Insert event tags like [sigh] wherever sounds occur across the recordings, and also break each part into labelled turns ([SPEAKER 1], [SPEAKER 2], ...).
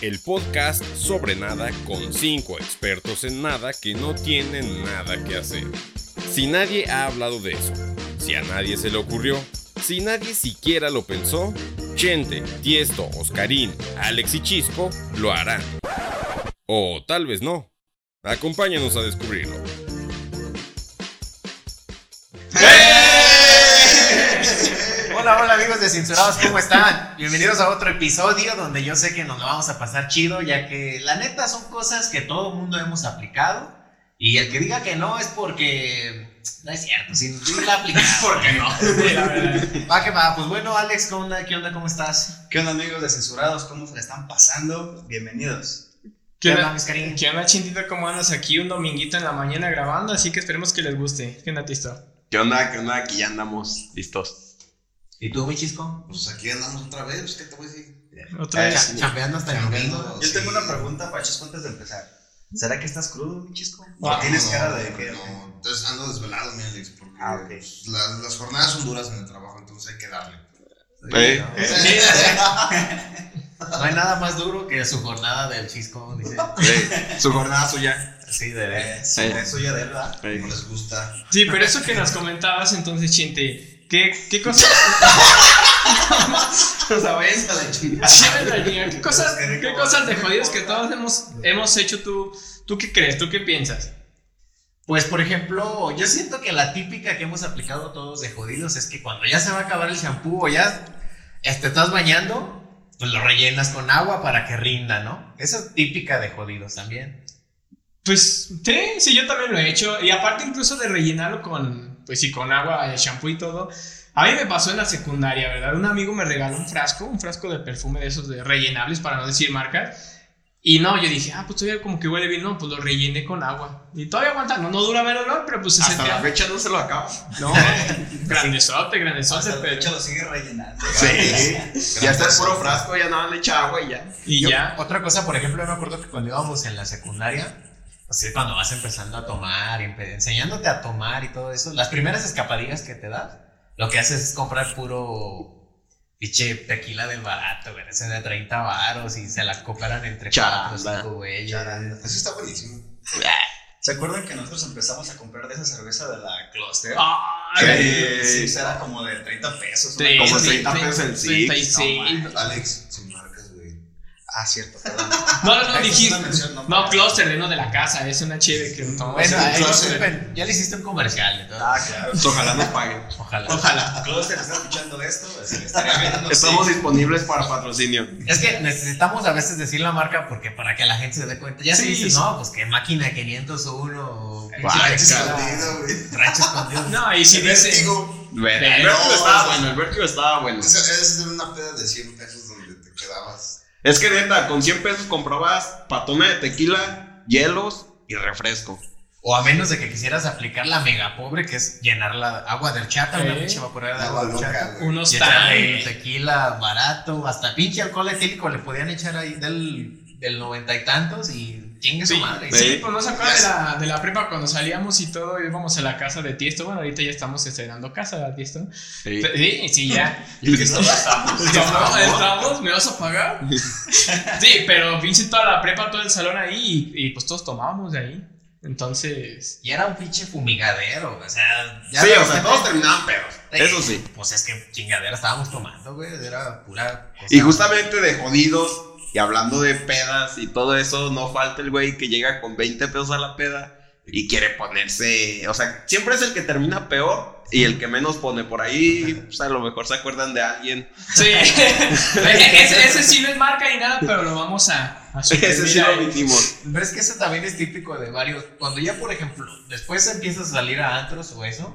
[SPEAKER 1] el podcast sobre nada con 5 expertos en nada que no tienen nada que hacer. Si nadie ha hablado de eso, si a nadie se le ocurrió, si nadie siquiera lo pensó, Chente, Tiesto, Oscarín, Alex y Chisco lo harán. O tal vez no. Acompáñanos a descubrirlo.
[SPEAKER 2] ¡Eh! Hola, hola amigos de Censurados, ¿cómo están? Bienvenidos a otro episodio donde yo sé que nos lo vamos a pasar chido, ya que la neta son cosas que todo el mundo hemos aplicado y el que diga que no es porque no es cierto, si no la [laughs] aplicamos. porque no. Va que va, pues bueno, Alex, ¿cómo onda? ¿qué onda? ¿Cómo estás?
[SPEAKER 3] ¿Qué onda amigos de Censurados? ¿Cómo se la están pasando? Bienvenidos.
[SPEAKER 2] ¿Qué
[SPEAKER 4] ¿Qué
[SPEAKER 2] onda,
[SPEAKER 4] onda,
[SPEAKER 2] mis cariños?
[SPEAKER 4] ¿Qué onda, Chintito? ¿Cómo andas aquí un dominguito en la mañana grabando? Así que esperemos que les guste. ¿Qué onda, Tisto?
[SPEAKER 5] ¿Qué onda? ¿Qué onda? Aquí ya andamos listos.
[SPEAKER 2] ¿Y tú, mi chisco?
[SPEAKER 3] Pues aquí andamos otra vez, pues, ¿qué te voy a decir?
[SPEAKER 4] Otra
[SPEAKER 3] Eh,
[SPEAKER 4] vez.
[SPEAKER 2] Cha- Chambeando hasta el momento.
[SPEAKER 3] Yo tengo una pregunta para Chisco antes de empezar. ¿Será que estás crudo, Chisco?
[SPEAKER 2] Eh,
[SPEAKER 3] ¿O
[SPEAKER 4] Ah,
[SPEAKER 3] tienes
[SPEAKER 6] No,
[SPEAKER 3] cara de
[SPEAKER 6] no,
[SPEAKER 3] que
[SPEAKER 6] no. Entonces ando desvelado, mi Alex, porque
[SPEAKER 3] Ah, ok.
[SPEAKER 6] pues, las, las jornadas son duras en el trabajo, entonces hay que darle.
[SPEAKER 5] Eh.
[SPEAKER 6] Sí.
[SPEAKER 2] [laughs] No hay nada más duro que su jornada del chisco, dice.
[SPEAKER 5] su jornada suya.
[SPEAKER 3] Sí,
[SPEAKER 5] [laughs]
[SPEAKER 3] de
[SPEAKER 6] Eh, sí,
[SPEAKER 5] Eh.
[SPEAKER 3] Eso ya de verdad.
[SPEAKER 6] No les gusta.
[SPEAKER 4] Sí, pero eso que nos comentabas entonces, Chinti, ¿qué, qué cosas?
[SPEAKER 3] [laughs] O sea, váyanse a la chingada.
[SPEAKER 4] Sí, ¿verdad, niño? ¿Qué cosas,
[SPEAKER 3] Qué rico.
[SPEAKER 4] qué cosas de jodidos que todos hemos, hemos hecho? ¿Tú, ¿Tú qué crees? ¿Tú qué piensas?
[SPEAKER 2] Pues por ejemplo, yo siento que la típica que hemos aplicado todos de jodidos es que cuando ya se va a acabar el shampoo o ya te estás bañando, pues lo rellenas con agua para que rinda, ¿no? Esa es típica de jodidos también.
[SPEAKER 4] Pues sí, sí, yo también lo he hecho. Y aparte incluso de rellenarlo con, pues sí, con agua, eh, shampoo y todo. A mí me pasó en la secundaria, ¿verdad? Un amigo me regaló un frasco, un frasco de perfume de esos de rellenables, para no decir marcas. Y no, yo dije, ah, pues todavía como que huele bien, no, pues lo rellené con agua. Y todavía aguanta, no, no duraba el olor, pero pues se
[SPEAKER 5] Hasta la
[SPEAKER 4] sentía.
[SPEAKER 5] fecha no se lo acabo.
[SPEAKER 4] No, grandezote, grandezote,
[SPEAKER 3] Hasta la
[SPEAKER 4] pero.
[SPEAKER 3] fecha lo sigue rellenando.
[SPEAKER 5] Sí. ya está el
[SPEAKER 6] Gracias.
[SPEAKER 5] puro frasco, ya nada, le echa agua y ya.
[SPEAKER 4] Y
[SPEAKER 2] Yo-
[SPEAKER 4] ya.
[SPEAKER 2] Otra cosa, por ejemplo, yo me acuerdo que cuando íbamos en la secundaria, así cuando vas empezando a tomar, y empe- enseñándote a tomar y todo eso, las primeras escapadillas que te das, lo que haces es comprar puro pinche tequila del barato, güey, ese de 30 varos y se la cooperan entre
[SPEAKER 5] Charanda.
[SPEAKER 2] cuatro, cinco güeyes.
[SPEAKER 6] Eso está buenísimo.
[SPEAKER 3] ¿Se acuerdan que nosotros empezamos a comprar de esa cerveza de la Cluster?
[SPEAKER 4] Ay,
[SPEAKER 3] Sí, o sea, era como de 30 pesos. una
[SPEAKER 4] Sí,
[SPEAKER 3] cosa
[SPEAKER 5] Como
[SPEAKER 3] así.
[SPEAKER 4] sí,
[SPEAKER 5] 30
[SPEAKER 4] sí,
[SPEAKER 5] pesos el
[SPEAKER 4] sí,
[SPEAKER 5] six,
[SPEAKER 4] 36.
[SPEAKER 5] no mames.
[SPEAKER 6] Alex, sin marcas, güey.
[SPEAKER 3] Ah, cierto, perdón.
[SPEAKER 4] No, no, no,
[SPEAKER 3] Esa
[SPEAKER 4] [laughs]
[SPEAKER 3] es
[SPEAKER 4] dijiste.
[SPEAKER 3] una mención, no,
[SPEAKER 4] No,
[SPEAKER 3] para-
[SPEAKER 4] Cluster, de no de la casa, es una chévere que no
[SPEAKER 2] Bueno,
[SPEAKER 6] Sí,
[SPEAKER 2] ahí,
[SPEAKER 6] claro.
[SPEAKER 2] pero ya le hiciste un comercial, entonces,
[SPEAKER 3] Ah, claro.
[SPEAKER 5] Ojalá nos paguen.
[SPEAKER 2] ojalá.
[SPEAKER 4] Ojalá.
[SPEAKER 3] Cluster está escuchando esto, pues, estaría viendo.
[SPEAKER 5] Estamos disponibles para patrocinio.
[SPEAKER 2] Es que necesitamos a veces decir la marca porque para que la gente se dé cuenta. Ya se
[SPEAKER 4] Sí,
[SPEAKER 2] dice,
[SPEAKER 4] sí.
[SPEAKER 2] no, pues que máquina 501 o pinche
[SPEAKER 5] Guau,
[SPEAKER 2] rancho
[SPEAKER 6] Escondido, güey.
[SPEAKER 2] rancho escondido.
[SPEAKER 4] No, y si dice.
[SPEAKER 6] Vértigo.
[SPEAKER 5] Verga, El vértigo estaba bueno, el vértigo estaba bueno.
[SPEAKER 6] Esa esa era una peda de 100 pesos donde te quedabas.
[SPEAKER 5] Es que neta, con 100 pesos comprabas patona de tequila, hielos y refresco.
[SPEAKER 2] O a menos de que quisieras aplicar la mega pobre, que es llenar la agua de horchata, una
[SPEAKER 4] Eh.
[SPEAKER 2] pinche vaporera de agua
[SPEAKER 6] Agua
[SPEAKER 2] de horchata.
[SPEAKER 6] loca, güey.
[SPEAKER 4] Unos
[SPEAKER 2] Y echarle
[SPEAKER 4] tan.
[SPEAKER 2] tequila barato, hasta pinche alcohol etílico le podían echar ahí del, del noventa y tantos y chingue su
[SPEAKER 4] Sí,
[SPEAKER 2] madre.
[SPEAKER 4] sí, pues no se acuerdan de la, de la prepa cuando salíamos y todo, íbamos a la casa de Tiesto. Bueno, ahorita ya estamos estrenando casa de Tiesto.
[SPEAKER 5] Sí.
[SPEAKER 4] Sí, sí,
[SPEAKER 5] [laughs]
[SPEAKER 4] ya.
[SPEAKER 3] Estamos.
[SPEAKER 4] Estamos, estamos, ¿me vas a pagar? [laughs] Sí, pero pinche toda la prepa, todo el salón ahí y, y, pues todos tomábamos de ahí. Entonces.
[SPEAKER 2] Y era un pinche fumigadero, o sea. ya
[SPEAKER 5] Sí,
[SPEAKER 2] de
[SPEAKER 5] o sea,
[SPEAKER 2] repente-
[SPEAKER 5] todos terminaban pedos.
[SPEAKER 2] Eh,
[SPEAKER 5] Eso sí.
[SPEAKER 2] Pues es que chingadera estábamos tomando, güey, era pura. cosa.
[SPEAKER 5] Y justamente de jodidos y hablando de pedas y todo eso, no falta el güey que llega con 20 pesos a la peda y quiere ponerse, o sea, siempre es el que termina peor y el que menos pone por ahí, pues a lo mejor se acuerdan de alguien.
[SPEAKER 4] Sí. [laughs] ese, ese sí no es marca ni nada, pero lo vamos a, a subir,
[SPEAKER 5] [laughs] Ese sí
[SPEAKER 4] mira,
[SPEAKER 5] lo omitimos.
[SPEAKER 2] Pero es que eso también es típico de varios. Cuando ya, por ejemplo, después empiezas a salir a antros o eso,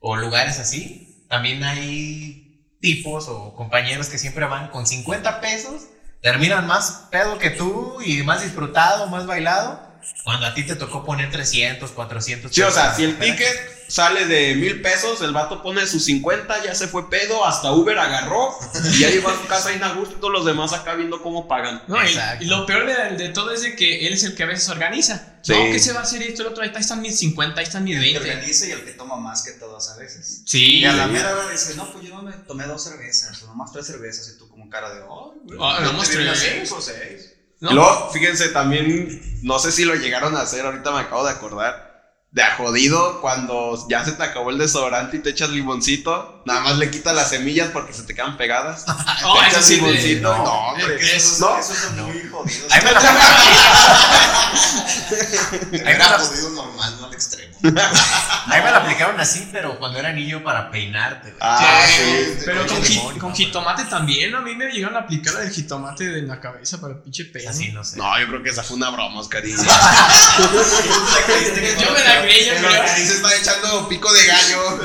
[SPEAKER 2] o lugares así, también hay tipos o compañeros que siempre van con 50 pesos, terminan más pedo que tú y más disfrutado, más bailado. Cuando a ti te tocó poner 300, 400
[SPEAKER 5] Sí, o sea,
[SPEAKER 2] pesos.
[SPEAKER 5] si el ticket sale de mil pesos, el vato pone sus 50, ya se fue pedo, hasta Uber agarró y ya llegó a su casa en a gusto, los demás acá viendo cómo pagan.
[SPEAKER 4] No, y-
[SPEAKER 2] Exacto.
[SPEAKER 4] y lo peor de, de todo es de que él es el que a veces organiza.
[SPEAKER 5] Sí.
[SPEAKER 4] No, que se va a hacer esto, el otro, ahí está- ahí están mis 50, ahí están mis
[SPEAKER 3] El que
[SPEAKER 4] 20.
[SPEAKER 3] organiza y el que toma más que todos a veces.
[SPEAKER 4] Sí.
[SPEAKER 3] Y a la mera hora dice, no, pues yo me tomé dos cervezas, o nomás tres cervezas, y tú como cara de, oh,
[SPEAKER 4] Ah, nomás tres.
[SPEAKER 3] o seis.
[SPEAKER 4] No.
[SPEAKER 5] Luego, fíjense, también, no sé si lo llegaron a hacer, ahorita me acabo de acordar. De a jodido, cuando ya se te acabó el desodorante y te echas limoncito, nada más le quitas las semillas porque se te
[SPEAKER 4] [laughs]
[SPEAKER 5] quedan pegadas.
[SPEAKER 4] Oh,
[SPEAKER 5] te
[SPEAKER 4] eso
[SPEAKER 5] echas
[SPEAKER 4] sí, de-
[SPEAKER 5] limoncito, no, hombre.
[SPEAKER 6] Porque esos,
[SPEAKER 5] no.
[SPEAKER 6] esos son muy jodidos.
[SPEAKER 2] Ahí
[SPEAKER 3] [laughs]
[SPEAKER 2] me la-
[SPEAKER 6] Era jodido normal, no al extremo.
[SPEAKER 2] A mí me lo aplicaron así, pero cuando era niño para peinarte, güey.
[SPEAKER 5] Ah,
[SPEAKER 4] Sí,
[SPEAKER 5] sí.
[SPEAKER 4] Pero con,
[SPEAKER 6] Oye,
[SPEAKER 4] ji-
[SPEAKER 6] demonio,
[SPEAKER 4] con
[SPEAKER 6] no,
[SPEAKER 4] jitomate también. A mí me llegaron a aplicar la del jitomate en la cabeza para el pinche pelo. [laughs]
[SPEAKER 2] Así, no sé.
[SPEAKER 5] No, yo creo que esa fue una broma, Oscarín. [laughs]
[SPEAKER 4] Yo me la creí, yo
[SPEAKER 6] Pero
[SPEAKER 4] creo.
[SPEAKER 2] [laughs]
[SPEAKER 6] Oscarín se está echando pico de gallo.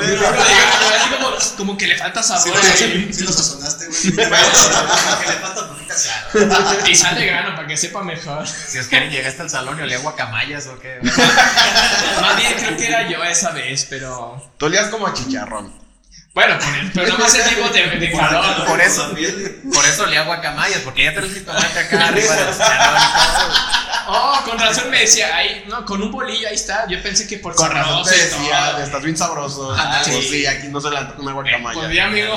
[SPEAKER 4] Así como, como que le falta
[SPEAKER 6] Si
[SPEAKER 4] sabor.
[SPEAKER 6] lo,
[SPEAKER 4] así.
[SPEAKER 6] sí lo sazonaste, güey. Que le [laughs] falta poquita sal.
[SPEAKER 4] Y sale grano para que sepa mejor.
[SPEAKER 2] Si Oscar llegaste al salón y olía guacamayas o qué. güey.
[SPEAKER 4] Más bien creo que era yo esa vez, pero.
[SPEAKER 5] Tú olías como a chicharrón.
[SPEAKER 4] Bueno, por el- pero no más el tipo de, de calor.
[SPEAKER 2] Por eso,
[SPEAKER 6] [laughs]
[SPEAKER 2] Eh, por eso olía guacamayas, porque ya traes jitomate acá arriba del salón y todo, güey.
[SPEAKER 4] Oh, con razón me decía, ahí, no, con un bolillo, ahí está. Yo pensé que por
[SPEAKER 5] Con razón te
[SPEAKER 4] sabroso y
[SPEAKER 5] decía,
[SPEAKER 4] todo.
[SPEAKER 5] estás bien sabroso.
[SPEAKER 4] Ah,
[SPEAKER 5] Pues
[SPEAKER 4] sí.
[SPEAKER 5] sí, aquí no se le antoja una guacamaya.
[SPEAKER 4] Pues ya, amigo.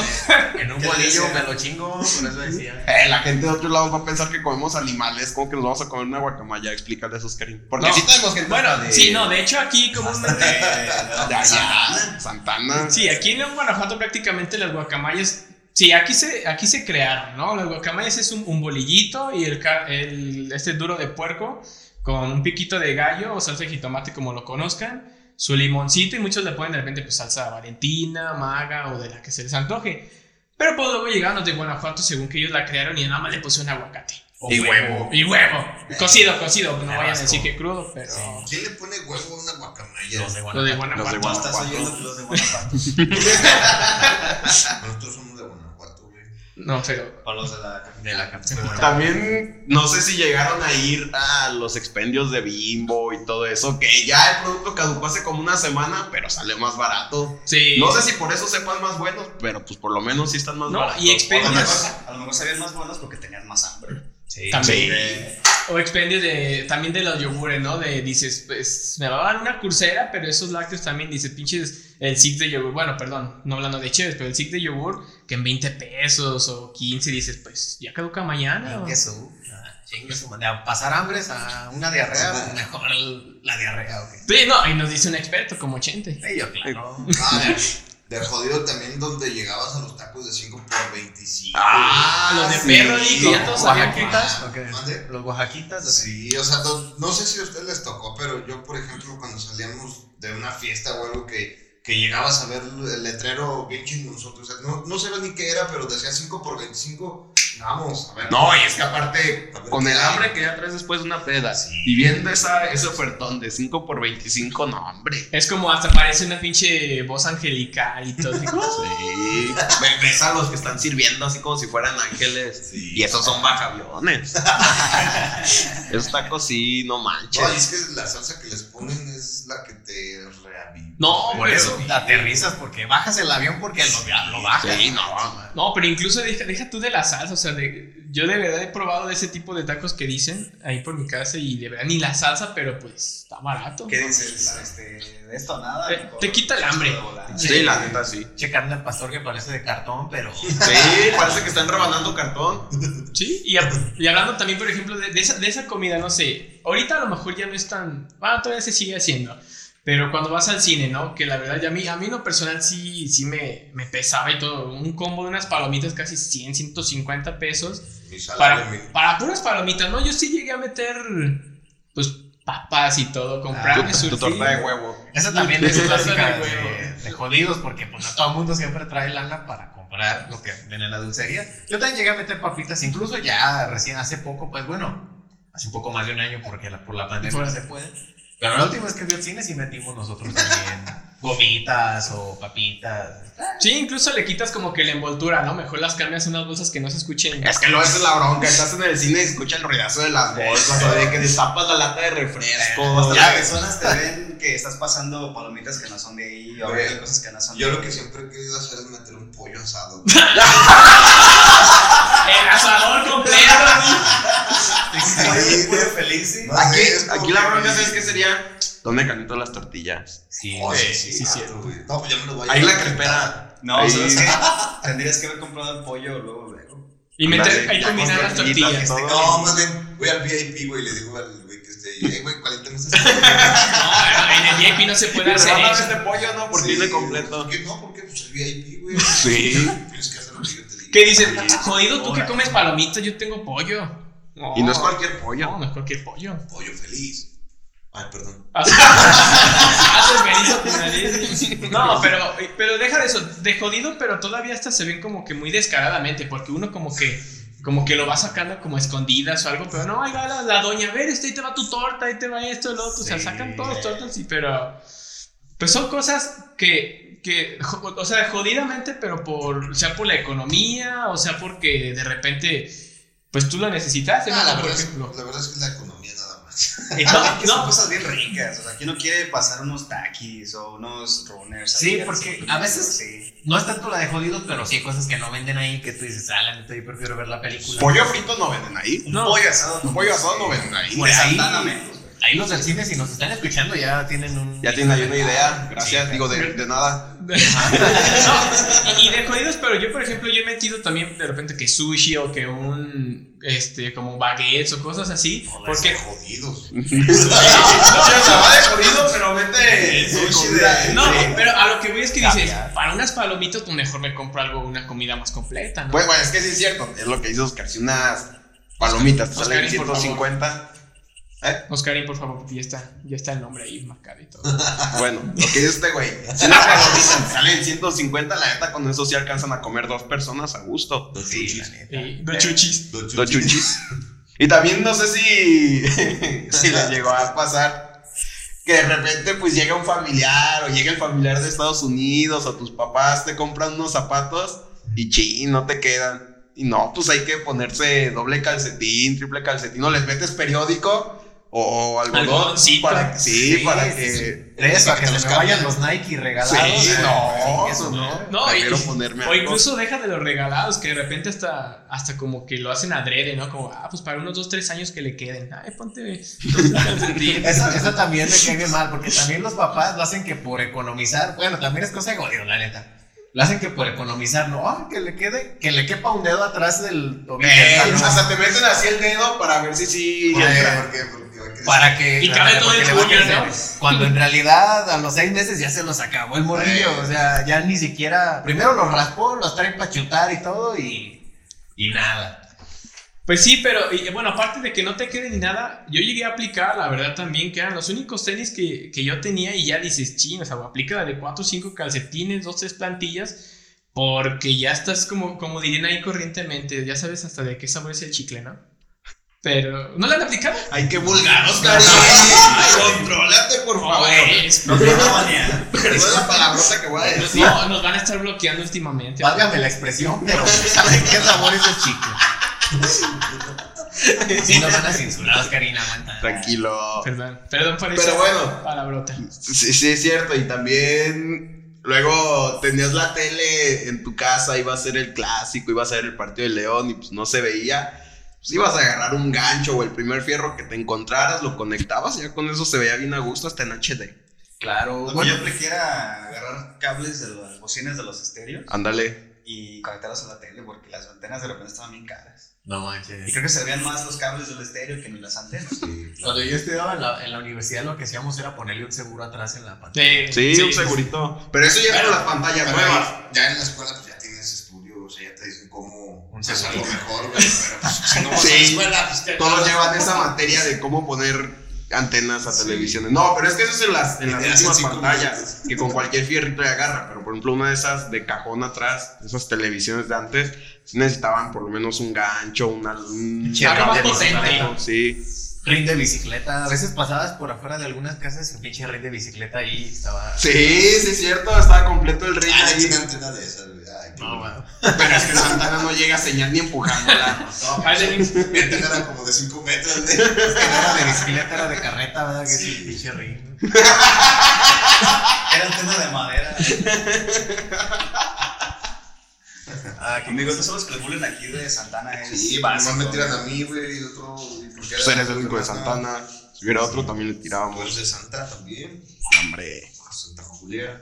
[SPEAKER 2] En un
[SPEAKER 6] ¿Qué
[SPEAKER 2] bolillo
[SPEAKER 6] decía?
[SPEAKER 2] me lo chingo, por eso decía.
[SPEAKER 5] Eh, la gente de otros lados va a pensar que comemos animales, como que nos vamos a comer una guacamaya, explícale eso, Oscarín. Porque
[SPEAKER 4] No.
[SPEAKER 5] sí tenemos gente
[SPEAKER 4] Bueno,
[SPEAKER 5] de-
[SPEAKER 4] sí, no, de hecho aquí comúnmente.
[SPEAKER 5] de allá, Santana.
[SPEAKER 4] Sí, aquí en Guanajuato prácticamente las guacamayas. Sí, aquí se, aquí se crearon, ¿no? Las guacamayas es un, un bolillito y el, ca- el- este duro de puerco con un piquito de gallo o salsa de jitomate, como lo conozcan, su limoncito y muchos le ponen de repente pues salsa valentina, maga o de la que se les antoje. Pero pues luego llegaron los de Guanajuato según que ellos la crearon y nada más le pusieron aguacate.
[SPEAKER 6] O
[SPEAKER 5] Y huevo.
[SPEAKER 4] Y huevo. Cocido, cocido. No
[SPEAKER 2] Me
[SPEAKER 4] vayan a decir
[SPEAKER 2] rasco.
[SPEAKER 4] que crudo, pero...
[SPEAKER 6] ¿Quién le pone huevo a una guacamaya?
[SPEAKER 2] Los de
[SPEAKER 4] Lo de
[SPEAKER 2] Guanajuato.
[SPEAKER 5] Los de
[SPEAKER 4] Guanajuato.
[SPEAKER 5] Guanajuato.
[SPEAKER 6] Estás oyendo que los de Guanajuato.
[SPEAKER 5] [laughs]
[SPEAKER 6] Nosotros somos de Guanajuato, güey.
[SPEAKER 4] No, pero...
[SPEAKER 3] O los de la capital.
[SPEAKER 2] De la capital.
[SPEAKER 5] También no sé si llegaron a ir a los expendios de Bimbo y todo eso, que ya el producto caducó hace como una semana, pero sale más barato.
[SPEAKER 4] Sí.
[SPEAKER 5] No sé si por eso sepan más buenos, pero pues por lo menos sí están más
[SPEAKER 4] No,
[SPEAKER 5] baratos.
[SPEAKER 4] y
[SPEAKER 3] A lo
[SPEAKER 4] expendios.
[SPEAKER 3] mejor- a lo mejor sabían más buenos porque tenían más hambre.
[SPEAKER 2] Sí.
[SPEAKER 4] También.
[SPEAKER 5] Sí.
[SPEAKER 4] O expendios de, también de los yogures, ¿no? De dices, pues me va a dar una cursera, pero esos lácteos también dices, pinches, el six de yogur, bueno, perdón, no hablando de cheves, pero el six de yogur que en 20 pesos o 15 dices, pues ya caduca mañana. o-
[SPEAKER 2] Chingue su. ah, Chingue su madre. A pasar hambres a una diarrea, pues, mejor la diarrea, ok.
[SPEAKER 4] Sí, no, y nos dice un experto como 80.
[SPEAKER 2] Sí, yo, claro.
[SPEAKER 6] Ah, de jodido también donde llegabas a los tacos de 5 por 25.
[SPEAKER 4] Ah, los de perro, y que ya todos sabían que
[SPEAKER 2] Oaxaquitas, ok.
[SPEAKER 6] Mande.
[SPEAKER 2] Los oaxaquitas, ok.
[SPEAKER 6] Sí, o sea, no, no sé si a ustedes les tocó, pero yo, por ejemplo, cuando salíamos de una fiesta o algo que, que llegabas a ver el letrero bien chingonzote, o sea, no, no sabía ni qué era, pero decía 5 por 25, vamos, a ver.
[SPEAKER 5] No, y es que aparte,
[SPEAKER 6] A ver
[SPEAKER 5] con
[SPEAKER 6] qué
[SPEAKER 5] el
[SPEAKER 6] hay.
[SPEAKER 5] hambre que ya traes después de una peda, y viendo esa, ese ofertón de 5 por 25, no, hombre.
[SPEAKER 4] Es como hasta parece una pinche voz angelical y [laughs] todo. así,
[SPEAKER 5] Sí. Ve- Ves a los que están sirviendo así como si fueran ángeles. Y esos son [laughs] bajaviones. esos tacos sí, no manches.
[SPEAKER 6] No, y es que la salsa que les ponen es la que te reaviva.
[SPEAKER 4] No,
[SPEAKER 2] Por
[SPEAKER 4] pero-
[SPEAKER 2] eso aterrizas, porque bajas el avión porque lo, lo bajas.
[SPEAKER 5] Sí, no.
[SPEAKER 4] No, pero incluso deja, deja tú de la salsa, o sea, de- yo de verdad he probado de ese tipo de tacos que dicen ahí por mi casa y de verdad ni la salsa, pero pues está barato.
[SPEAKER 3] ¿Qué dices? Este, de esto nada.
[SPEAKER 4] Eh, te quita el hambre.
[SPEAKER 3] Sí.
[SPEAKER 5] Sí, la neta sí.
[SPEAKER 2] Che carne al pastor que parece de cartón, pero.
[SPEAKER 5] Sí, [laughs] parece que están rebanando cartón.
[SPEAKER 4] Sí, y, hab- y hablando también, por ejemplo, de, de esa, de esa comida, no sé, ahorita a lo mejor ya no es tan, bueno, todavía se sigue haciendo, pero cuando vas al cine, ¿no? Que la verdad ya a mí, a mí en lo personal sí, sí me, me pesaba y todo, un combo de unas palomitas casi 100, 150 pesos.
[SPEAKER 6] Mi salario, mi-
[SPEAKER 4] para, para puras palomitas, ¿no? Yo sí llegué a meter, pues, papas y todo,
[SPEAKER 5] Ah, Tu,
[SPEAKER 4] comprarme
[SPEAKER 5] tu
[SPEAKER 4] surtido.
[SPEAKER 5] torta de huevo.
[SPEAKER 2] Esa también es
[SPEAKER 4] Sí,
[SPEAKER 2] clásica
[SPEAKER 4] sí,
[SPEAKER 2] de, de jodidos, porque pues no todo el mundo siempre trae lana para comprar lo que venden en la dulcería. Yo también llegué a meter papitas, incluso ya recién hace poco, pues bueno, hace un poco más de un año porque la- por la pandemia
[SPEAKER 4] Por-
[SPEAKER 2] no se puede. Pero la última vez que fui al cine sí metimos nosotros también gomitas o papitas.
[SPEAKER 4] Sí, incluso le quitas como que la envoltura, ¿no? Mejor las cambias a unas bolsas que no se escuchen.
[SPEAKER 5] Es que luego esa es la bronca, estás en el cine y escuchas el ruidazo de las bolsas, o de que destapas la lata de refresco.
[SPEAKER 3] Las personas te ven que estás pasando palomitas que no son de ahí, o
[SPEAKER 6] Oye,
[SPEAKER 3] de cosas que no son de
[SPEAKER 6] Yo
[SPEAKER 3] ahí.
[SPEAKER 6] lo que siempre he querido hacer es meter un pollo asado.
[SPEAKER 4] El asador completo.
[SPEAKER 6] Sí,
[SPEAKER 3] Puro feliz, sí.
[SPEAKER 6] No sé, es
[SPEAKER 5] Aquí la
[SPEAKER 6] como
[SPEAKER 5] bronca,
[SPEAKER 6] que-
[SPEAKER 5] ¿sabes qué sería? ¿Dónde caliento las tortillas?
[SPEAKER 2] Sí,
[SPEAKER 6] Oh,
[SPEAKER 4] Eh, sí,
[SPEAKER 6] gato,
[SPEAKER 4] cierto.
[SPEAKER 6] güey. No, pues ya me lo voy a
[SPEAKER 5] Ahí la
[SPEAKER 6] llevar.
[SPEAKER 5] crepera.
[SPEAKER 3] No,
[SPEAKER 5] Ahí-
[SPEAKER 3] ¿sabes qué? Tendrías que haber comprado el pollo luego, luego.
[SPEAKER 4] Y meter,
[SPEAKER 5] Dale,
[SPEAKER 4] ahí
[SPEAKER 5] ya
[SPEAKER 4] combinar
[SPEAKER 5] con
[SPEAKER 4] las
[SPEAKER 5] tortillas,
[SPEAKER 4] tortillas.
[SPEAKER 5] todo.
[SPEAKER 6] No, más bien, voy al VIP, güey, y le digo al güey que esté ahí, "Ey, güey, ¿cuál este?". me estás
[SPEAKER 4] No, en el VIP no se puede hacer
[SPEAKER 5] Regálame
[SPEAKER 4] eso.
[SPEAKER 5] este pollo, ¿no? Por tiene completo.
[SPEAKER 6] ¿Por qué no? ¿Por qué? Pues el VIP, güey.
[SPEAKER 5] Sí.
[SPEAKER 6] Tienes que hacer lo que yo te digo.
[SPEAKER 4] ¿Qué dices?
[SPEAKER 5] Sí.
[SPEAKER 4] Jodido, tú que comes palomitas, yo tengo pollo.
[SPEAKER 5] Y no es cualquier
[SPEAKER 4] No,
[SPEAKER 5] pollo.
[SPEAKER 4] no es cualquier pollo.
[SPEAKER 6] Pollo feliz. Ay, perdón.
[SPEAKER 4] Haces haces feliz a tu nariz. No, pero, pero deja de eso. De jodido, pero todavía hasta se ven como que muy descaradamente. Porque uno como que como que lo va sacando como a escondidas o algo. Pero no, ahí va la, la doña. A ver, este, ahí te va tu torta, ahí te va esto, lo otro. O sea,
[SPEAKER 5] Sí.
[SPEAKER 4] sacan todos tortas y pero... Pues son cosas que, que, jo- o sea, jodidamente, pero por, sea por la economía, o sea, porque de repente, pues tú la necesitas,
[SPEAKER 6] Ah, la,
[SPEAKER 4] por
[SPEAKER 6] verdad es, [laughs]
[SPEAKER 4] ejemplo.
[SPEAKER 6] la verdad es que es la economía nada más.
[SPEAKER 4] Y
[SPEAKER 3] No,
[SPEAKER 4] no, no,
[SPEAKER 3] son cosas bien ricas. O sea, ¿quién no quiere pasar unos taquis o unos runners?
[SPEAKER 2] Sí,
[SPEAKER 3] ahí,
[SPEAKER 2] porque
[SPEAKER 3] así,
[SPEAKER 2] a veces-
[SPEAKER 3] sí.
[SPEAKER 2] No es tanto la de jodidos, pero sí hay cosas que no venden ahí que tú dices, ah, la neta, yo prefiero ver la película.
[SPEAKER 5] Pollo frito no venden ahí.
[SPEAKER 3] Un
[SPEAKER 2] No.
[SPEAKER 3] pollo asado.
[SPEAKER 5] Un pollo asado no venden ahí.
[SPEAKER 2] Por
[SPEAKER 3] De
[SPEAKER 2] ahí.
[SPEAKER 3] Santana menos, güey.
[SPEAKER 2] Ahí los del cine, si nos están escuchando, ya tienen un. Ah,
[SPEAKER 5] Ya tienes ahí una
[SPEAKER 3] Ah,
[SPEAKER 5] idea. Gracias. Digo, de,
[SPEAKER 4] [laughs]
[SPEAKER 5] de nada.
[SPEAKER 4] pues, No, y y de jodidos, pero yo, por ejemplo, yo he metido también de repente que sushi o que un, este, como baguettes o cosas así, porque...
[SPEAKER 6] jodidos.
[SPEAKER 5] [laughs] Se va de jodido, pero vete sushi de.
[SPEAKER 4] No, pero a lo que voy es que dices,
[SPEAKER 3] Caviar.
[SPEAKER 4] para unas palomitas, pues mejor me compro algo, una comida más completa, ¿no?
[SPEAKER 5] Bueno, bueno, es que sí es cierto. Es lo que dice Oscar. Si unas palomitas te
[SPEAKER 4] Oscar,
[SPEAKER 5] salen
[SPEAKER 4] por favor.
[SPEAKER 3] [laughs]
[SPEAKER 5] 150.
[SPEAKER 4] Oscarín, por favor, porque ya está, ya está el nombre ahí marcado y todo.
[SPEAKER 5] Bueno, lo que dice este güey. Si unas palomitas te salen 150, la neta, con eso sí alcanzan a comer dos personas a gusto.
[SPEAKER 6] Los
[SPEAKER 3] Sí,
[SPEAKER 6] chuchis.
[SPEAKER 3] la neta.
[SPEAKER 4] Y Los chuchis.
[SPEAKER 6] Los
[SPEAKER 5] Los
[SPEAKER 6] chuchis.
[SPEAKER 5] chuchis. [laughs] Y también no sé si, si [laughs] les llegó a pasar que de repente pues llega un familiar o llega el familiar de Estados Unidos o tus papás te compran unos zapatos y chin, no te quedan. Y no, pues hay que ponerse doble calcetín, triple calcetín, o les metes periódico o algodón.
[SPEAKER 4] Algodoncito.
[SPEAKER 5] Para, sí,
[SPEAKER 2] Sí,
[SPEAKER 5] para
[SPEAKER 2] sí,
[SPEAKER 5] que...
[SPEAKER 2] Eso, a que
[SPEAKER 6] Te
[SPEAKER 2] se
[SPEAKER 6] los
[SPEAKER 2] me vayan
[SPEAKER 6] cambian.
[SPEAKER 2] los Nike regalados. pues
[SPEAKER 5] Sí, no,
[SPEAKER 2] Sí,
[SPEAKER 5] eso no.
[SPEAKER 4] No, y-
[SPEAKER 5] Prefiero ponerme
[SPEAKER 4] O
[SPEAKER 5] algo.
[SPEAKER 4] incluso deja de los regalados, que de repente hasta, hasta como que lo hacen adrede, ¿no? Como, ah, pues para unos dos, tres años que le queden. Ay, ponte.
[SPEAKER 2] Esa, esa también me cae bien mal, porque también los papás lo hacen que por economizar, bueno, también es cosa de gobierno, la neta. Lo hacen que por economizar, no, ah, que le quede, que le quepa un dedo atrás del tobillo.
[SPEAKER 5] Eh,
[SPEAKER 2] del talón,
[SPEAKER 5] hasta te meten así el dedo para ver si sí...
[SPEAKER 6] ¿Por qué?
[SPEAKER 5] entra.
[SPEAKER 6] ¿Por qué? Porque hay que-
[SPEAKER 2] para que.
[SPEAKER 4] Y cabe todo
[SPEAKER 2] porque
[SPEAKER 4] el
[SPEAKER 2] le va a
[SPEAKER 4] puño,
[SPEAKER 2] crecer. Cuando en realidad a los seis meses ya se los acabó el morrillo, o sea, ya ni siquiera. Primero los raspó, los traen para chutar y todo y. Y nada.
[SPEAKER 4] Pues sí, pero y, bueno, aparte de que no te quede ni nada, yo llegué a aplicar, la verdad también, que eran los únicos tenis que, que yo tenía y ya dices, ching, o sea, aplica la de cuatro o cinco calcetines, dos, tres plantillas, porque ya estás como, como dirían ahí corrientemente, ya sabes hasta de qué sabor es el chicle, ¿no? Pero, ¿no la han aplicado?
[SPEAKER 5] Ay, qué vulgar, Oscar.
[SPEAKER 6] No,
[SPEAKER 5] Ay, [laughs] Contrólate, por favor.
[SPEAKER 4] Pues, [laughs]
[SPEAKER 3] No tiene manía.
[SPEAKER 5] Perdón la palabrota que voy a decir.
[SPEAKER 4] No, nos van a estar bloqueando últimamente.
[SPEAKER 2] Válgame la expresión, pero [laughs] ¿saben qué sabor es el chicle? Si nos van a censurar, Karina, aguanta.
[SPEAKER 5] Tranquilo.
[SPEAKER 4] Perdón, perdón por
[SPEAKER 5] Pero
[SPEAKER 4] esa
[SPEAKER 5] bueno.
[SPEAKER 4] palabrota.
[SPEAKER 5] Sí, sí, es cierto. Y también luego tenías la tele en tu casa, iba a ser el clásico, iba a ser el partido del León y pues no se veía. Pues ibas a agarrar un gancho o el primer fierro que te encontraras, lo conectabas y ya con eso se veía bien a gusto hasta en HD.
[SPEAKER 2] Claro,
[SPEAKER 3] Lo que
[SPEAKER 2] bueno,
[SPEAKER 3] yo prefiera agarrar cables de las bocinas de los estéreos
[SPEAKER 5] Ándale.
[SPEAKER 3] y conectarlos a la tele porque las antenas de repente estaban bien caras.
[SPEAKER 2] No
[SPEAKER 3] Y
[SPEAKER 2] manches.
[SPEAKER 3] creo que servían más los cables del estéreo que ni las antenas.
[SPEAKER 2] Cuando yo estudiaba en la, en la universidad, lo que hacíamos era ponerle un seguro atrás en la pantalla.
[SPEAKER 4] Sí,
[SPEAKER 5] Sí, un segurito. Pero eso ya con las pantallas
[SPEAKER 6] Pero
[SPEAKER 5] nuevas.
[SPEAKER 6] Ya en la escuela pues ya tienes estudio, o sea, ya te dicen cómo
[SPEAKER 2] Un
[SPEAKER 6] hacerlo
[SPEAKER 2] segundito.
[SPEAKER 6] mejor, güey. Pero pues si no
[SPEAKER 5] [laughs]
[SPEAKER 6] vas a la
[SPEAKER 5] Sí.
[SPEAKER 6] escuela, pues te-
[SPEAKER 5] Todos llevan esa materia de cómo poner antenas a televisiones. No, pero es que eso es en las, en las
[SPEAKER 6] Te hacen
[SPEAKER 5] últimas
[SPEAKER 6] cinco
[SPEAKER 5] pantallas, que con cualquier fierrito le agarra. Pero por ejemplo, una de esas de cajón atrás, esas televisiones de antes, sí necesitaban por lo menos un gancho, una. un-
[SPEAKER 2] Che, algo más
[SPEAKER 5] de-
[SPEAKER 4] potente.
[SPEAKER 5] Sí.
[SPEAKER 2] Ring de bicicleta. A veces pasabas por afuera de algunas casas y un pinche ring de bicicleta ahí estaba.
[SPEAKER 5] Sí, sí, es cierto, estaba completo el ring
[SPEAKER 6] Ah, ya
[SPEAKER 5] ahí.
[SPEAKER 6] tiene antena de esas, güey. Ay, qué
[SPEAKER 2] No,
[SPEAKER 6] bueno.
[SPEAKER 2] bueno.
[SPEAKER 5] Pero es que Santana no llega a señal ni [laughs] empujándola.
[SPEAKER 6] No,
[SPEAKER 4] Ahí tenemos-
[SPEAKER 6] mi antena era como de 5 metros,
[SPEAKER 2] Es
[SPEAKER 6] güey.
[SPEAKER 2] que no era de bicicleta, era de carreta, ¿verdad? Que sí, pinche
[SPEAKER 5] [laughs]
[SPEAKER 2] ring.
[SPEAKER 3] Era antena de madera. Ah, conmigo, estos son los que le bulen aquí de Santana. Es
[SPEAKER 6] Sí, nomás me tiran a mí, güey, y otro. y porque
[SPEAKER 5] Pues
[SPEAKER 6] era-
[SPEAKER 5] eres el único de Santana. Si hubiera otro, también le
[SPEAKER 6] Tú
[SPEAKER 5] tirábamos.
[SPEAKER 6] eres de Santa también.
[SPEAKER 5] Hombre.
[SPEAKER 6] Santa Julia.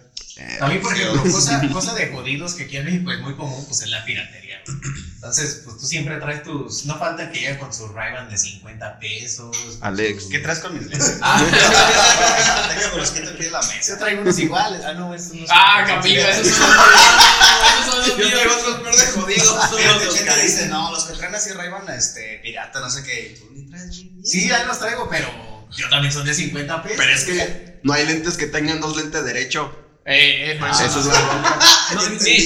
[SPEAKER 2] A mí, por ejemplo, cosa, cosa de jodidos que aquí en México es muy común, pues es la piratería. güey. Entonces, pues tú siempre traes tus. No falta el que llegue con su ray de 50 pesos.
[SPEAKER 5] Alex.
[SPEAKER 2] Su...
[SPEAKER 5] ¿Qué traes con mis lentes?
[SPEAKER 3] [laughs] Déjame los que te pide la mesa.
[SPEAKER 2] Yo traigo unos iguales. Ah, no, estos no son-
[SPEAKER 4] Ah, Camilo, esos son
[SPEAKER 5] [laughs]
[SPEAKER 4] esos son los
[SPEAKER 3] [laughs] Yo
[SPEAKER 4] míos.
[SPEAKER 3] traigo otros verdes
[SPEAKER 5] son
[SPEAKER 3] jodidos.
[SPEAKER 5] los
[SPEAKER 3] Los que
[SPEAKER 5] Oscar.
[SPEAKER 3] te dicen, no, los que traen así Ray-Ban, este, pirata, no sé qué. y tú ni traes ni-
[SPEAKER 2] Sí, ahí los traigo, pero yo también son de 50 pesos.
[SPEAKER 5] Pero es que no hay lentes que tengan dos lentes derecho. Ah,
[SPEAKER 4] Eh, eh, por eso
[SPEAKER 5] Eso es la bronca.
[SPEAKER 4] No, ni,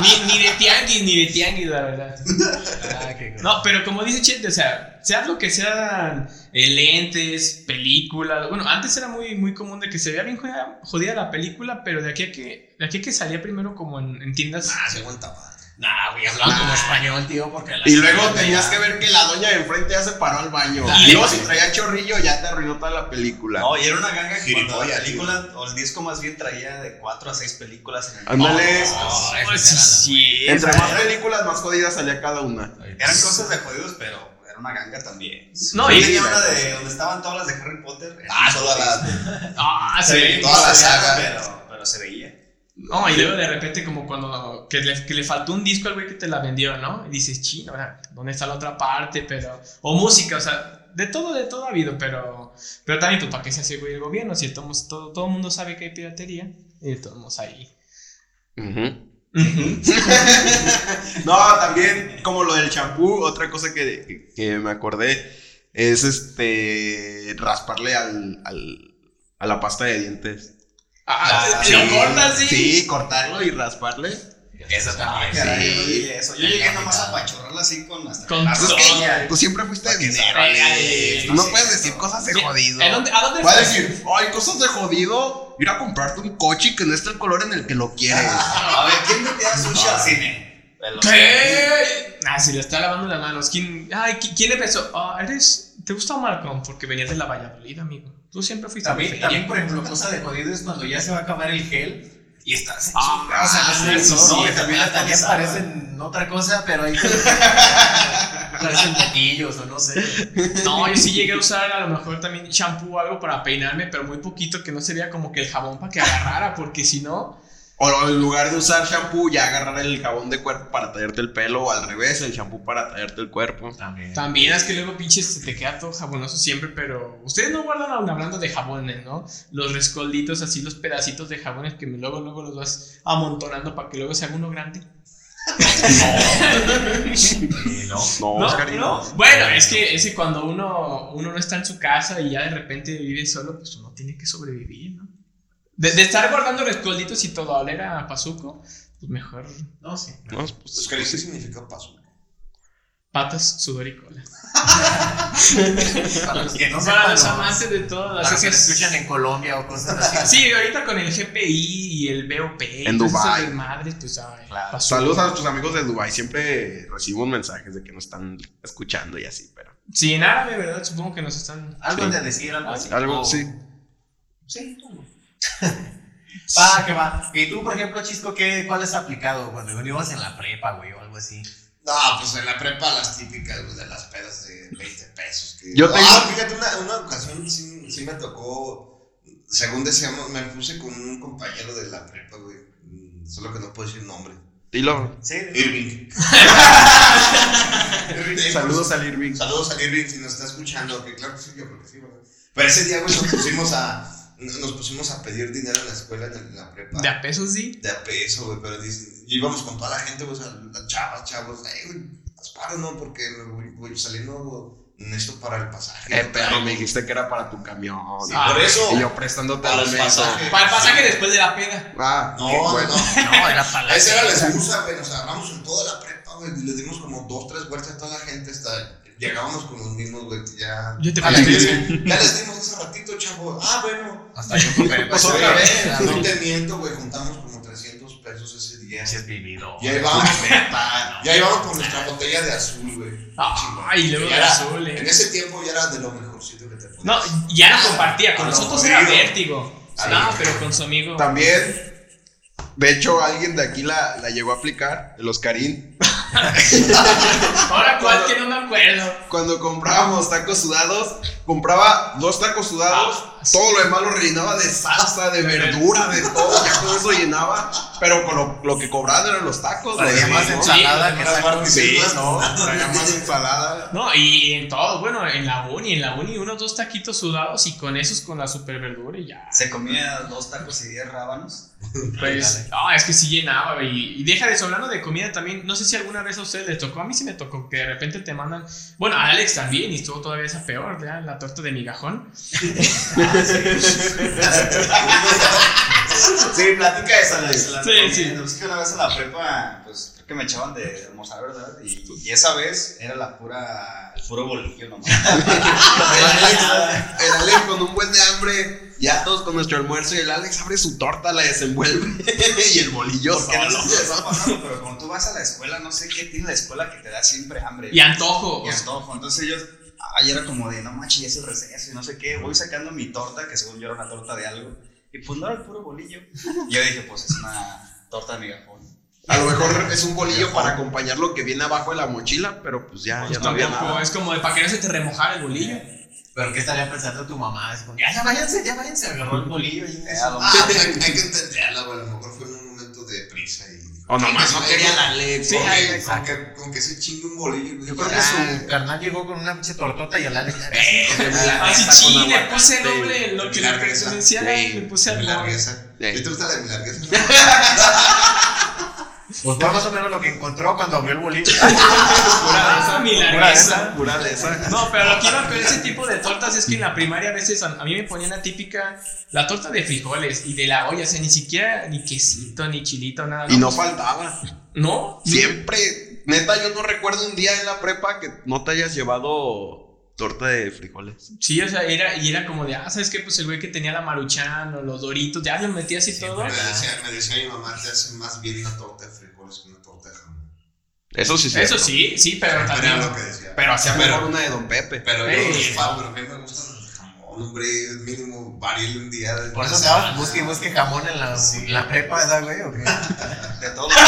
[SPEAKER 4] ni- ni de tianguis, ni de tianguis, la verdad.
[SPEAKER 3] [laughs]
[SPEAKER 2] Ah, qué
[SPEAKER 4] No, pero como dice Chente, o sea, sea lo que sean eh, lentes, películas. Bueno, antes era muy, muy común de que se veía bien jodida, jodida la película, pero de aquí a que, de aquí a que salía primero como en, en tiendas.
[SPEAKER 3] Ah, se aguanta madre.
[SPEAKER 2] Nah, güey, hablaba como español, tío, porque la
[SPEAKER 5] Y luego tenías que ver que la doña de enfrente ya se paró al baño.
[SPEAKER 4] Dale,
[SPEAKER 5] Y luego
[SPEAKER 4] güey.
[SPEAKER 5] si traía chorrillo ya te arruinó toda la película.
[SPEAKER 3] No, y era una ganga que cuando
[SPEAKER 6] Gilipollas,
[SPEAKER 3] la película o el disco más bien traía de 4 a 6 películas en el
[SPEAKER 5] Ándale.
[SPEAKER 2] Oh,
[SPEAKER 4] Ah,
[SPEAKER 2] esas
[SPEAKER 4] sí,
[SPEAKER 2] eran las
[SPEAKER 4] sí,
[SPEAKER 5] Entre
[SPEAKER 4] esas-
[SPEAKER 5] más películas, más jodidas salía cada una.
[SPEAKER 3] Eran cosas de jodidos, pero era una ganga también.
[SPEAKER 4] No,
[SPEAKER 3] Yo
[SPEAKER 4] y-
[SPEAKER 3] tenía una de donde estaban todas las de Harry Potter.
[SPEAKER 6] Ah, toda la.
[SPEAKER 4] Ah, sí.
[SPEAKER 6] toda la saga.
[SPEAKER 3] Pero, pero se veía.
[SPEAKER 4] No, y luego de repente como cuando que le, que le faltó un disco al güey que te la vendió, ¿no? Y dices, chino, ahora, ¿dónde está la otra parte? Pero, o música, o sea, de todo, de todo ha habido, pero, pero también, pues, ¿para qué se hace, güey, el gobierno? Si todo, todo, todo el mundo sabe que hay piratería, y estamos ahí.
[SPEAKER 5] No, también como lo del champú, otra cosa que, que me acordé es este rasparle al, al- a la pasta de dientes.
[SPEAKER 4] Ah,
[SPEAKER 3] sí.
[SPEAKER 4] lo cortas, sí.
[SPEAKER 5] Sí, cortarlo y rasparle.
[SPEAKER 2] Eso también.
[SPEAKER 5] Sí.
[SPEAKER 3] Ah, Caray, yo no vi eso. Yo
[SPEAKER 2] Ay,
[SPEAKER 3] llegué
[SPEAKER 2] ya,
[SPEAKER 3] nomás
[SPEAKER 2] ya.
[SPEAKER 3] a pachorrarla así con hasta
[SPEAKER 4] Con
[SPEAKER 3] las
[SPEAKER 4] todo.
[SPEAKER 3] rosquillas.
[SPEAKER 5] Tú Pues siempre fuiste de
[SPEAKER 3] Para que
[SPEAKER 5] dinero.
[SPEAKER 3] se-
[SPEAKER 5] Alex.
[SPEAKER 3] Ay,
[SPEAKER 5] no
[SPEAKER 3] sí,
[SPEAKER 5] puedes
[SPEAKER 3] eso.
[SPEAKER 5] decir cosas de
[SPEAKER 4] Sí,
[SPEAKER 5] jodido.
[SPEAKER 4] ¿A dónde, a dónde
[SPEAKER 5] Va a
[SPEAKER 4] fue?
[SPEAKER 5] decir, ay, cosas de jodido. Ir a comprarte un coche que no está el color en el que lo quieres.
[SPEAKER 3] [laughs] A ver, ¿quién metía sushi al cine?
[SPEAKER 4] ¿Qué? Ah, sí, le está lavando las manos. ¿Quién, ay, ¿qui- ¿quién le pensó? Ah, eres, ¿te gusta Malcolm? Porque venías de la Valladolid, amigo. Tú siempre fuiste de
[SPEAKER 2] También,
[SPEAKER 4] feria.
[SPEAKER 2] también, por ejemplo, cosa de jodido es cuando ya se va a acabar el gel y estás.
[SPEAKER 4] Ah,
[SPEAKER 2] o sea, no es
[SPEAKER 3] sí,
[SPEAKER 2] eso,
[SPEAKER 3] sí,
[SPEAKER 2] y también,
[SPEAKER 3] hasta
[SPEAKER 2] también
[SPEAKER 3] esa.
[SPEAKER 2] parecen otra cosa, pero ahí te- parecen gatillos o no sé.
[SPEAKER 4] No, yo sí llegué a usar a lo mejor también shampoo o algo para peinarme, pero muy poquito que no se vea como que el jabón para que agarrara, porque si no.
[SPEAKER 5] O en lugar de usar shampoo, ya agarrar el jabón de cuerpo para traerte el pelo. O al revés, el shampoo para traerte el cuerpo.
[SPEAKER 2] También.
[SPEAKER 4] También es que luego pinches se te queda todo jabonoso siempre, pero ustedes no guardan aún hablando de jabones, ¿no? Los rescolditos, así los pedacitos de jabones que luego, luego los vas amontonando para que luego se haga uno grande.
[SPEAKER 2] no.
[SPEAKER 5] No,
[SPEAKER 4] No,
[SPEAKER 5] Oscar, y
[SPEAKER 4] no.
[SPEAKER 5] no.
[SPEAKER 4] Bueno, es que, es que cuando uno, uno no está en su casa y ya de repente vive solo, pues uno tiene que sobrevivir, ¿no? De, de estar guardando rescolditos y todo a oler a pazuco, pues mejor
[SPEAKER 2] No sé.
[SPEAKER 5] No, pues,
[SPEAKER 6] Oscar, ¿y ¿qué significa paso?
[SPEAKER 4] patas, sudor y cola.
[SPEAKER 2] Para los que no
[SPEAKER 4] Para
[SPEAKER 2] sepan,
[SPEAKER 4] los
[SPEAKER 2] no.
[SPEAKER 4] amantes de todas
[SPEAKER 2] Para
[SPEAKER 4] las
[SPEAKER 2] los que
[SPEAKER 4] esas-
[SPEAKER 2] nos escuchan en Colombia o cosas así.
[SPEAKER 4] Sí, ahorita con el GPI y el BOP.
[SPEAKER 5] En
[SPEAKER 4] todas esas
[SPEAKER 5] Dubái.
[SPEAKER 4] desmadres, pues, ay,
[SPEAKER 3] Claro.
[SPEAKER 4] pasó.
[SPEAKER 5] Saludos a nuestros amigos de Dubai. Siempre recibimos mensajes de que nos están escuchando y así, pero
[SPEAKER 4] Sí, en árabe, ¿verdad? Supongo que nos están.
[SPEAKER 2] Algo
[SPEAKER 5] Sí.
[SPEAKER 2] de decir, algo así.
[SPEAKER 5] algo
[SPEAKER 2] O-
[SPEAKER 5] sí.
[SPEAKER 2] Sí, ¿cómo? Va, que va. ¿Y tú, por ejemplo, Chisco, qué, cuál has aplicado cuando ibas en la prepa, güey, o algo así?
[SPEAKER 6] No, pues en la prepa las típicas güey, de las pedas de 20 pesos. que-
[SPEAKER 5] Yo tengo-
[SPEAKER 6] Ah, fíjate, una, una ocasión sí, sí me tocó, según decíamos, me puse con un compañero de la prepa, güey. mm, Solo que no puedo decir nombre.
[SPEAKER 5] Dilo.
[SPEAKER 3] Sí,
[SPEAKER 6] eh,
[SPEAKER 2] [laughs]
[SPEAKER 6] Irving. [laughs] Irving,
[SPEAKER 5] Saludos a Irving.
[SPEAKER 6] Saludos a Irving si nos está escuchando, que claro que sí, yo creo que sí, ¿verdad? Pero ese día, güey, nos pusimos a, nos pusimos a pedir dinero en la escuela, en la prepa.
[SPEAKER 4] De a pesos, sí.
[SPEAKER 6] de a peso, güey, pero dice, y íbamos con toda la gente, güey, o sea, las chavas, chavos, eh, güey, las paro, ¿no? Porque me voy, voy saliendo en esto para el pasaje.
[SPEAKER 5] Eh, pero me dijiste que era para tu camión.
[SPEAKER 6] Sí,
[SPEAKER 5] Ah,
[SPEAKER 6] por eso.
[SPEAKER 5] Y yo prestándote
[SPEAKER 6] Para
[SPEAKER 5] al
[SPEAKER 6] los
[SPEAKER 5] medio.
[SPEAKER 6] pasajes.
[SPEAKER 4] Para el pasaje después de la peda.
[SPEAKER 5] Ah,
[SPEAKER 6] No,
[SPEAKER 5] qué
[SPEAKER 6] no,
[SPEAKER 5] bueno.
[SPEAKER 6] no.
[SPEAKER 4] era
[SPEAKER 6] Esa era la excusa, güey, nos agarramos en toda la prepa, güey, y le dimos como dos, tres vueltas a toda la gente hasta... Llegábamos con los mismos, güey, que ya... Ah,
[SPEAKER 4] Yo te
[SPEAKER 6] ya, les,
[SPEAKER 4] pasé.
[SPEAKER 6] ya les dimos hace ratito, chavo. Ah, bueno.
[SPEAKER 2] Hasta yo con prepa.
[SPEAKER 6] Pues
[SPEAKER 2] güey.
[SPEAKER 6] otra vez,
[SPEAKER 2] Ah,
[SPEAKER 6] no te miento, güey, juntamos como 300 pesos ese día.
[SPEAKER 2] Si es vivido.
[SPEAKER 6] Y ahí vamos.
[SPEAKER 2] Prepa,
[SPEAKER 6] Ya íbamos con nuestra botella de azul, güey.
[SPEAKER 4] Ah, Ay, luego
[SPEAKER 6] Que
[SPEAKER 4] de
[SPEAKER 6] era-
[SPEAKER 4] azul, eh.
[SPEAKER 6] En ese tiempo ya era de lo mejorcito que te ponías.
[SPEAKER 4] No, ya no compartía. Con
[SPEAKER 6] Ah, no,
[SPEAKER 4] nosotros era
[SPEAKER 6] jodido.
[SPEAKER 4] vértigo.
[SPEAKER 6] Sí.
[SPEAKER 4] No, pero con su amigo.
[SPEAKER 5] También, de hecho, alguien de aquí la, la llegó a aplicar, el Oscarín.
[SPEAKER 4] Ahora, ¿cuál que no me acuerdo?
[SPEAKER 5] Cuando comprábamos tacos sudados, compraba dos tacos sudados,
[SPEAKER 2] Ah,
[SPEAKER 5] todo lo demás lo rellenaba de salsa, de verdura, de todo, ya con eso llenaba, pero con lo, lo que cobraban eran los tacos, lo
[SPEAKER 2] Traía más
[SPEAKER 5] demás, ¿no?
[SPEAKER 2] ensalada que
[SPEAKER 5] Era
[SPEAKER 2] tacos.
[SPEAKER 5] más- sí, no, traía más ensalada.
[SPEAKER 4] No, y en todo, bueno, en la uni, en la uni, unos dos taquitos sudados y con esos con la superverdura y ya.
[SPEAKER 3] Se comía dos tacos y diez rábanos.
[SPEAKER 4] Pues, no, es que sí llenaba, y, y deja de eso, hablando de comida también, no sé si alguna vez a ustedes les tocó, a mí sí me tocó, que de repente te mandan, bueno, a Alex también, y estuvo todavía esa peor, ¿verdad? la torta de migajón.
[SPEAKER 3] Sí, plática esa la, la
[SPEAKER 4] Sí, sí.
[SPEAKER 3] Es que una vez en la prepa, pues creo que me echaban de almorzar, ¿verdad? Y, y esa vez era la pura, el puro
[SPEAKER 4] [laughs]
[SPEAKER 3] bolillo nomás.
[SPEAKER 5] El Alex con un buen de hambre, ya todos con nuestro almuerzo, y el Alex abre su torta, la desenvuelve, [laughs] y el bolillo
[SPEAKER 3] Que no
[SPEAKER 5] solo.
[SPEAKER 3] sé si les ha pasado, pero cuando tú vas a la escuela, no sé qué tiene la escuela que te da siempre hambre.
[SPEAKER 4] Y antojo,
[SPEAKER 3] Y antojo. Entonces yo, ay, era como de, no manches, ya es el receso y no sé qué. Voy sacando mi torta, que según yo era una torta de algo. Y pues no era el puro bolillo. Y yo dije, pues es una torta de migajón.
[SPEAKER 5] A lo mejor es un bolillo para acompañar lo que viene abajo de la mochila, pero pues ya, ya no había
[SPEAKER 4] tampoco,
[SPEAKER 5] nada.
[SPEAKER 4] es como de para que no se te remojara el bolillo.
[SPEAKER 2] Pero ¿qué estaría pensando tu mamá? Así como, ya, ya váyanse, ya váyanse, agarró el bolillo. Y
[SPEAKER 3] Eh, a lo
[SPEAKER 6] Ah,
[SPEAKER 3] mejor-
[SPEAKER 6] hay, hay que entenderla, güey. A lo mejor fue en un momento de prisa y.
[SPEAKER 5] O
[SPEAKER 2] Ah,
[SPEAKER 5] nomás no quería la Alex.
[SPEAKER 4] Sí,
[SPEAKER 6] Con
[SPEAKER 4] ay,
[SPEAKER 6] que-
[SPEAKER 4] exacto.
[SPEAKER 6] con que- Con que se chingue un bolillo. güey.
[SPEAKER 2] Yo creo que su carnal llegó con una pinche tortota y al Alex.
[SPEAKER 4] Así, sí, le puse el nombre, lo que le
[SPEAKER 6] Milanesa.
[SPEAKER 4] pertenecía,
[SPEAKER 5] Sí.
[SPEAKER 4] le puse
[SPEAKER 6] De
[SPEAKER 4] al nombre.
[SPEAKER 6] largueza.
[SPEAKER 5] Sí.
[SPEAKER 6] ¿Y te gusta la de mi largueza?
[SPEAKER 2] Pues fue más o menos lo que encontró cuando abrió el bolillo.
[SPEAKER 4] Ah, milanesa.
[SPEAKER 5] Pura de esa.
[SPEAKER 4] No, pero lo que iba con ese tipo de tortas es que en la primaria a veces a, a mí me ponían la típica, la torta de frijoles y de la olla, o sea, ni siquiera ni quesito, ni chilito, nada. Pues,
[SPEAKER 5] Y no faltaba.
[SPEAKER 4] ¿No?
[SPEAKER 5] Siempre. Neta, yo no recuerdo un día en la prepa que no te hayas llevado torta de frijoles.
[SPEAKER 4] Sí, o sea, era, y era como de, ah, ¿sabes qué? Pues el güey que tenía la maruchan o los doritos, ya lo metía así todo.
[SPEAKER 6] Me decía, me decía mi mamá, te hace más bien una torta de frijoles que una torta de jamón.
[SPEAKER 5] Eso sí,
[SPEAKER 4] Eso sí, sí, pero
[SPEAKER 6] Pero
[SPEAKER 4] también.
[SPEAKER 6] era lo que decía.
[SPEAKER 5] Pero hacía
[SPEAKER 6] Pero-
[SPEAKER 5] mejor una de Don Pepe.
[SPEAKER 6] Pero
[SPEAKER 4] Ey.
[SPEAKER 6] yo, pues, va, pero a mí me gusta el jamón, hombre, mínimo, varíale un día.
[SPEAKER 2] Por eso te vas, busque y busque jamón en la, en la prepa, ¿verdad, güey? ¿O qué?
[SPEAKER 3] De
[SPEAKER 4] [laughs]
[SPEAKER 3] todos los,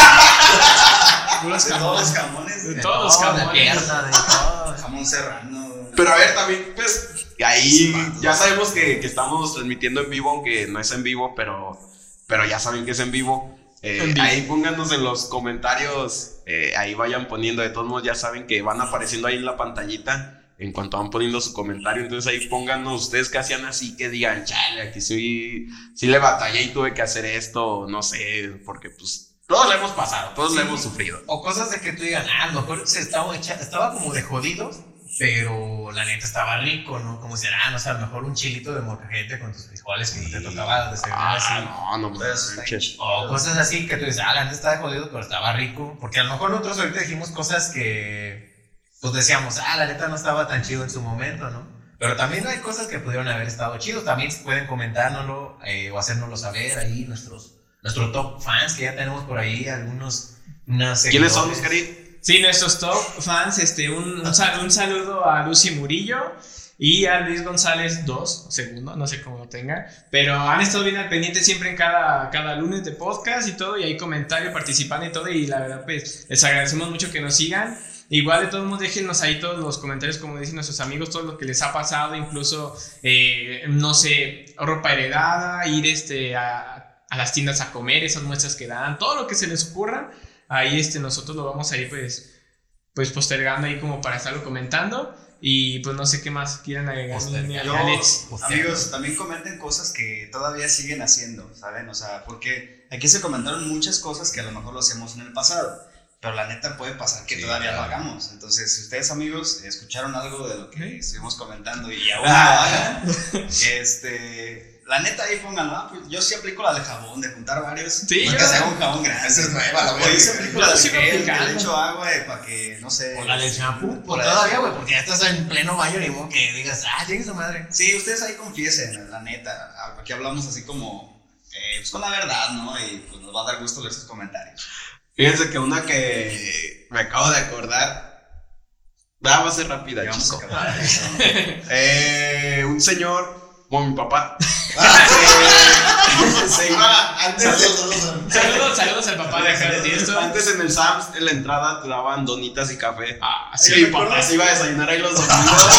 [SPEAKER 4] Puros
[SPEAKER 3] de todos los
[SPEAKER 4] jamones.
[SPEAKER 3] jamones.
[SPEAKER 4] De
[SPEAKER 3] de
[SPEAKER 4] todos los
[SPEAKER 2] No, de
[SPEAKER 4] jamones.
[SPEAKER 2] pierna, de todo.
[SPEAKER 3] Jamón serrano.
[SPEAKER 5] Pero a ver, también, pues, ahí
[SPEAKER 6] Pato.
[SPEAKER 5] ya sabemos que, que estamos transmitiendo en vivo, aunque no es en vivo, pero, pero ya saben que es en vivo. Eh,
[SPEAKER 4] En vivo.
[SPEAKER 5] Ahí pónganos en los comentarios, eh, ahí vayan poniendo, de todos modos ya saben que van apareciendo ahí en la pantallita en cuanto van poniendo su comentario, entonces ahí pónganos ustedes que hacían así, que digan, chale, aquí sí, sí le batallé y tuve que hacer esto, no sé, porque pues todos lo hemos pasado, todos lo hemos sufrido.
[SPEAKER 2] O cosas de que tú digas, ah, a lo mejor se estaba, hecha- estaba como de jodidos, pero la neta estaba rico, ¿no? Como si, ah, no sé, a lo mejor un chilito de morcajete con tus frijoles que no te tocaba de cenar así.
[SPEAKER 5] Ah, no, no,
[SPEAKER 3] Pero eso está
[SPEAKER 5] manches.
[SPEAKER 2] O cosas así que tú dices, ah, la neta estaba jodido, pero estaba rico. Porque a lo mejor nosotros ahorita dijimos cosas que, pues decíamos, ah, la neta no estaba tan chido en su momento, ¿no? Pero también hay cosas que pudieron haber estado chidos. También pueden comentárnoslo eh, o hacérnoslo saber ahí nuestros, nuestro top fans que ya tenemos por ahí, algunos. unos
[SPEAKER 5] ¿Quiénes son los
[SPEAKER 2] seguidores.
[SPEAKER 5] queridos?
[SPEAKER 4] Sí, nuestros top fans, este, un, un, sal- un saludo a Lucy Murillo y a Luis González 2, segundo, no sé cómo lo tenga, pero han estado bien al pendiente siempre en cada, cada lunes de podcast y todo, y hay comentarios, participan y todo, y la verdad, pues, les agradecemos mucho que nos sigan. Igual de todos modos, déjenos ahí todos los comentarios, como dicen nuestros amigos, todo lo que les ha pasado, incluso, eh, no sé, ropa heredada, ir este, a, a las tiendas a comer, esas muestras que dan, todo lo que se les ocurra, ahí este, nosotros lo vamos ahí pues, pues postergando ahí como para estarlo comentando y pues no sé qué más quieran agregar.
[SPEAKER 2] Postergar.
[SPEAKER 4] ni- ni
[SPEAKER 3] Yo,
[SPEAKER 4] Alex.
[SPEAKER 3] amigos, también comenten cosas que todavía siguen haciendo, ¿saben? O sea, porque aquí se comentaron muchas cosas que a lo mejor lo hacemos en el pasado, pero la neta puede pasar que
[SPEAKER 6] Sí,
[SPEAKER 3] todavía lo
[SPEAKER 6] claro.
[SPEAKER 3] hagamos. Entonces, si ustedes, amigos, escucharon algo de lo que
[SPEAKER 4] Sí.
[SPEAKER 3] estuvimos comentando y aún
[SPEAKER 6] Ah.
[SPEAKER 3] lo hagan, este, la neta ahí pónganlo. ah, pues, yo sí aplico la de jabón, de juntar varios.
[SPEAKER 4] Sí,
[SPEAKER 3] para
[SPEAKER 4] yo-
[SPEAKER 3] que se haga un jabón grande.
[SPEAKER 6] Esa es nueva, la
[SPEAKER 3] O yo sí
[SPEAKER 6] verga.
[SPEAKER 3] aplico la
[SPEAKER 4] Yo
[SPEAKER 3] de
[SPEAKER 4] sigo
[SPEAKER 3] gel, que le
[SPEAKER 4] aplicando.
[SPEAKER 3] echo agua eh, para que, no sé.
[SPEAKER 2] O la del shampoo.
[SPEAKER 3] Por
[SPEAKER 2] Por
[SPEAKER 3] la-
[SPEAKER 2] todavía, güey, porque ya estás en pleno baño y modo que digas, ah, llegue su madre.
[SPEAKER 3] Sí, ustedes ahí confiesen, la neta. Aquí hablamos así como eh, pues con la verdad, ¿no? Y pues nos va a dar gusto leer sus [laughs] comentarios.
[SPEAKER 5] Fíjense que una que me acabo de acordar. Nada más es rápida,
[SPEAKER 3] [laughs] Y vamos a
[SPEAKER 5] chico.
[SPEAKER 3] acabar eso. [laughs]
[SPEAKER 5] Eh, un señor, como mi papá,
[SPEAKER 3] Se iba
[SPEAKER 6] Ah, antes nosotros no
[SPEAKER 4] Saludos, saludos al papá de acá de Tiesto.
[SPEAKER 5] Antes en el Sams, en la entrada te daban donitas y café.
[SPEAKER 4] Ah,
[SPEAKER 5] Sí,
[SPEAKER 4] sí,
[SPEAKER 5] mi
[SPEAKER 4] papá.
[SPEAKER 5] papá se iba a desayunar ahí los domingos.
[SPEAKER 3] [laughs]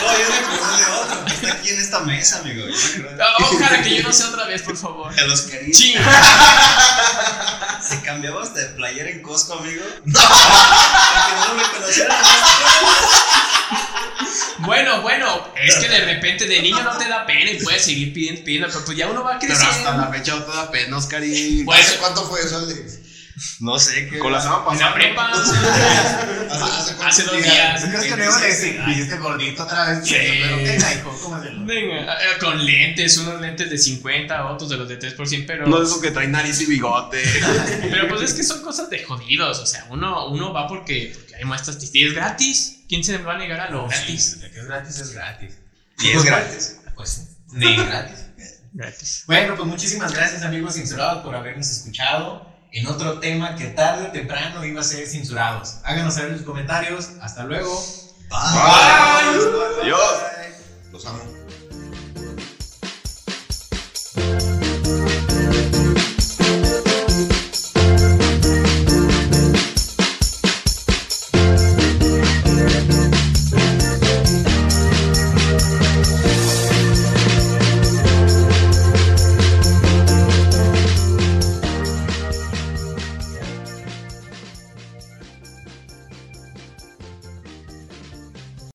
[SPEAKER 3] No, yo me acordé de otro que está aquí en esta mesa, amigo. Yo me acordé
[SPEAKER 4] Ah, Ojalá que yo no sea otra vez, por favor.
[SPEAKER 3] de los que
[SPEAKER 4] Ching.
[SPEAKER 3] se cambiaba hasta de playera en Costco, [laughs] amigo. Para que no me conocieran.
[SPEAKER 4] Bueno, bueno, es que de repente de niño no te da pena y puedes seguir pidiendo, pidiendo, pero pues ya uno va
[SPEAKER 5] Pero hasta
[SPEAKER 4] creciendo.
[SPEAKER 5] la fecha no te da pena, Oscar. y-
[SPEAKER 4] Bueno,
[SPEAKER 6] ¿Hace cuánto fue eso, Alex?
[SPEAKER 3] No sé qué.
[SPEAKER 5] Con la semana
[SPEAKER 4] en la
[SPEAKER 5] pasada.
[SPEAKER 4] prepa,
[SPEAKER 6] ¿Hace, cuánto
[SPEAKER 4] hace dos días. eh,
[SPEAKER 2] ¿Crees que luego le decidiste gordito otra vez?
[SPEAKER 4] Sí.
[SPEAKER 2] Pero venga, hijo, ¿cómo se lo-
[SPEAKER 4] Venga, eh, con lentes, unos lentes de 50, otros de los de 3%, pero,
[SPEAKER 5] No de esos que traen nariz y bigote.
[SPEAKER 4] pero pues es que son cosas de jodidos. O sea, uno, uno va porque, porque hay muestras y es gratis. ¿Quién se le va a negar a lo gratis?
[SPEAKER 2] Sí, que es gratis, es gratis.
[SPEAKER 3] Y es gratis.
[SPEAKER 2] Pues, ni gratis.
[SPEAKER 4] Gratis.
[SPEAKER 2] Bueno, pues muchísimas gracias, amigos censurados, por habernos escuchado en otro tema que tarde o temprano iba a ser censurados. Háganos saber en los comentarios. Hasta luego.
[SPEAKER 3] Bye.
[SPEAKER 5] Adiós.
[SPEAKER 6] Los amo.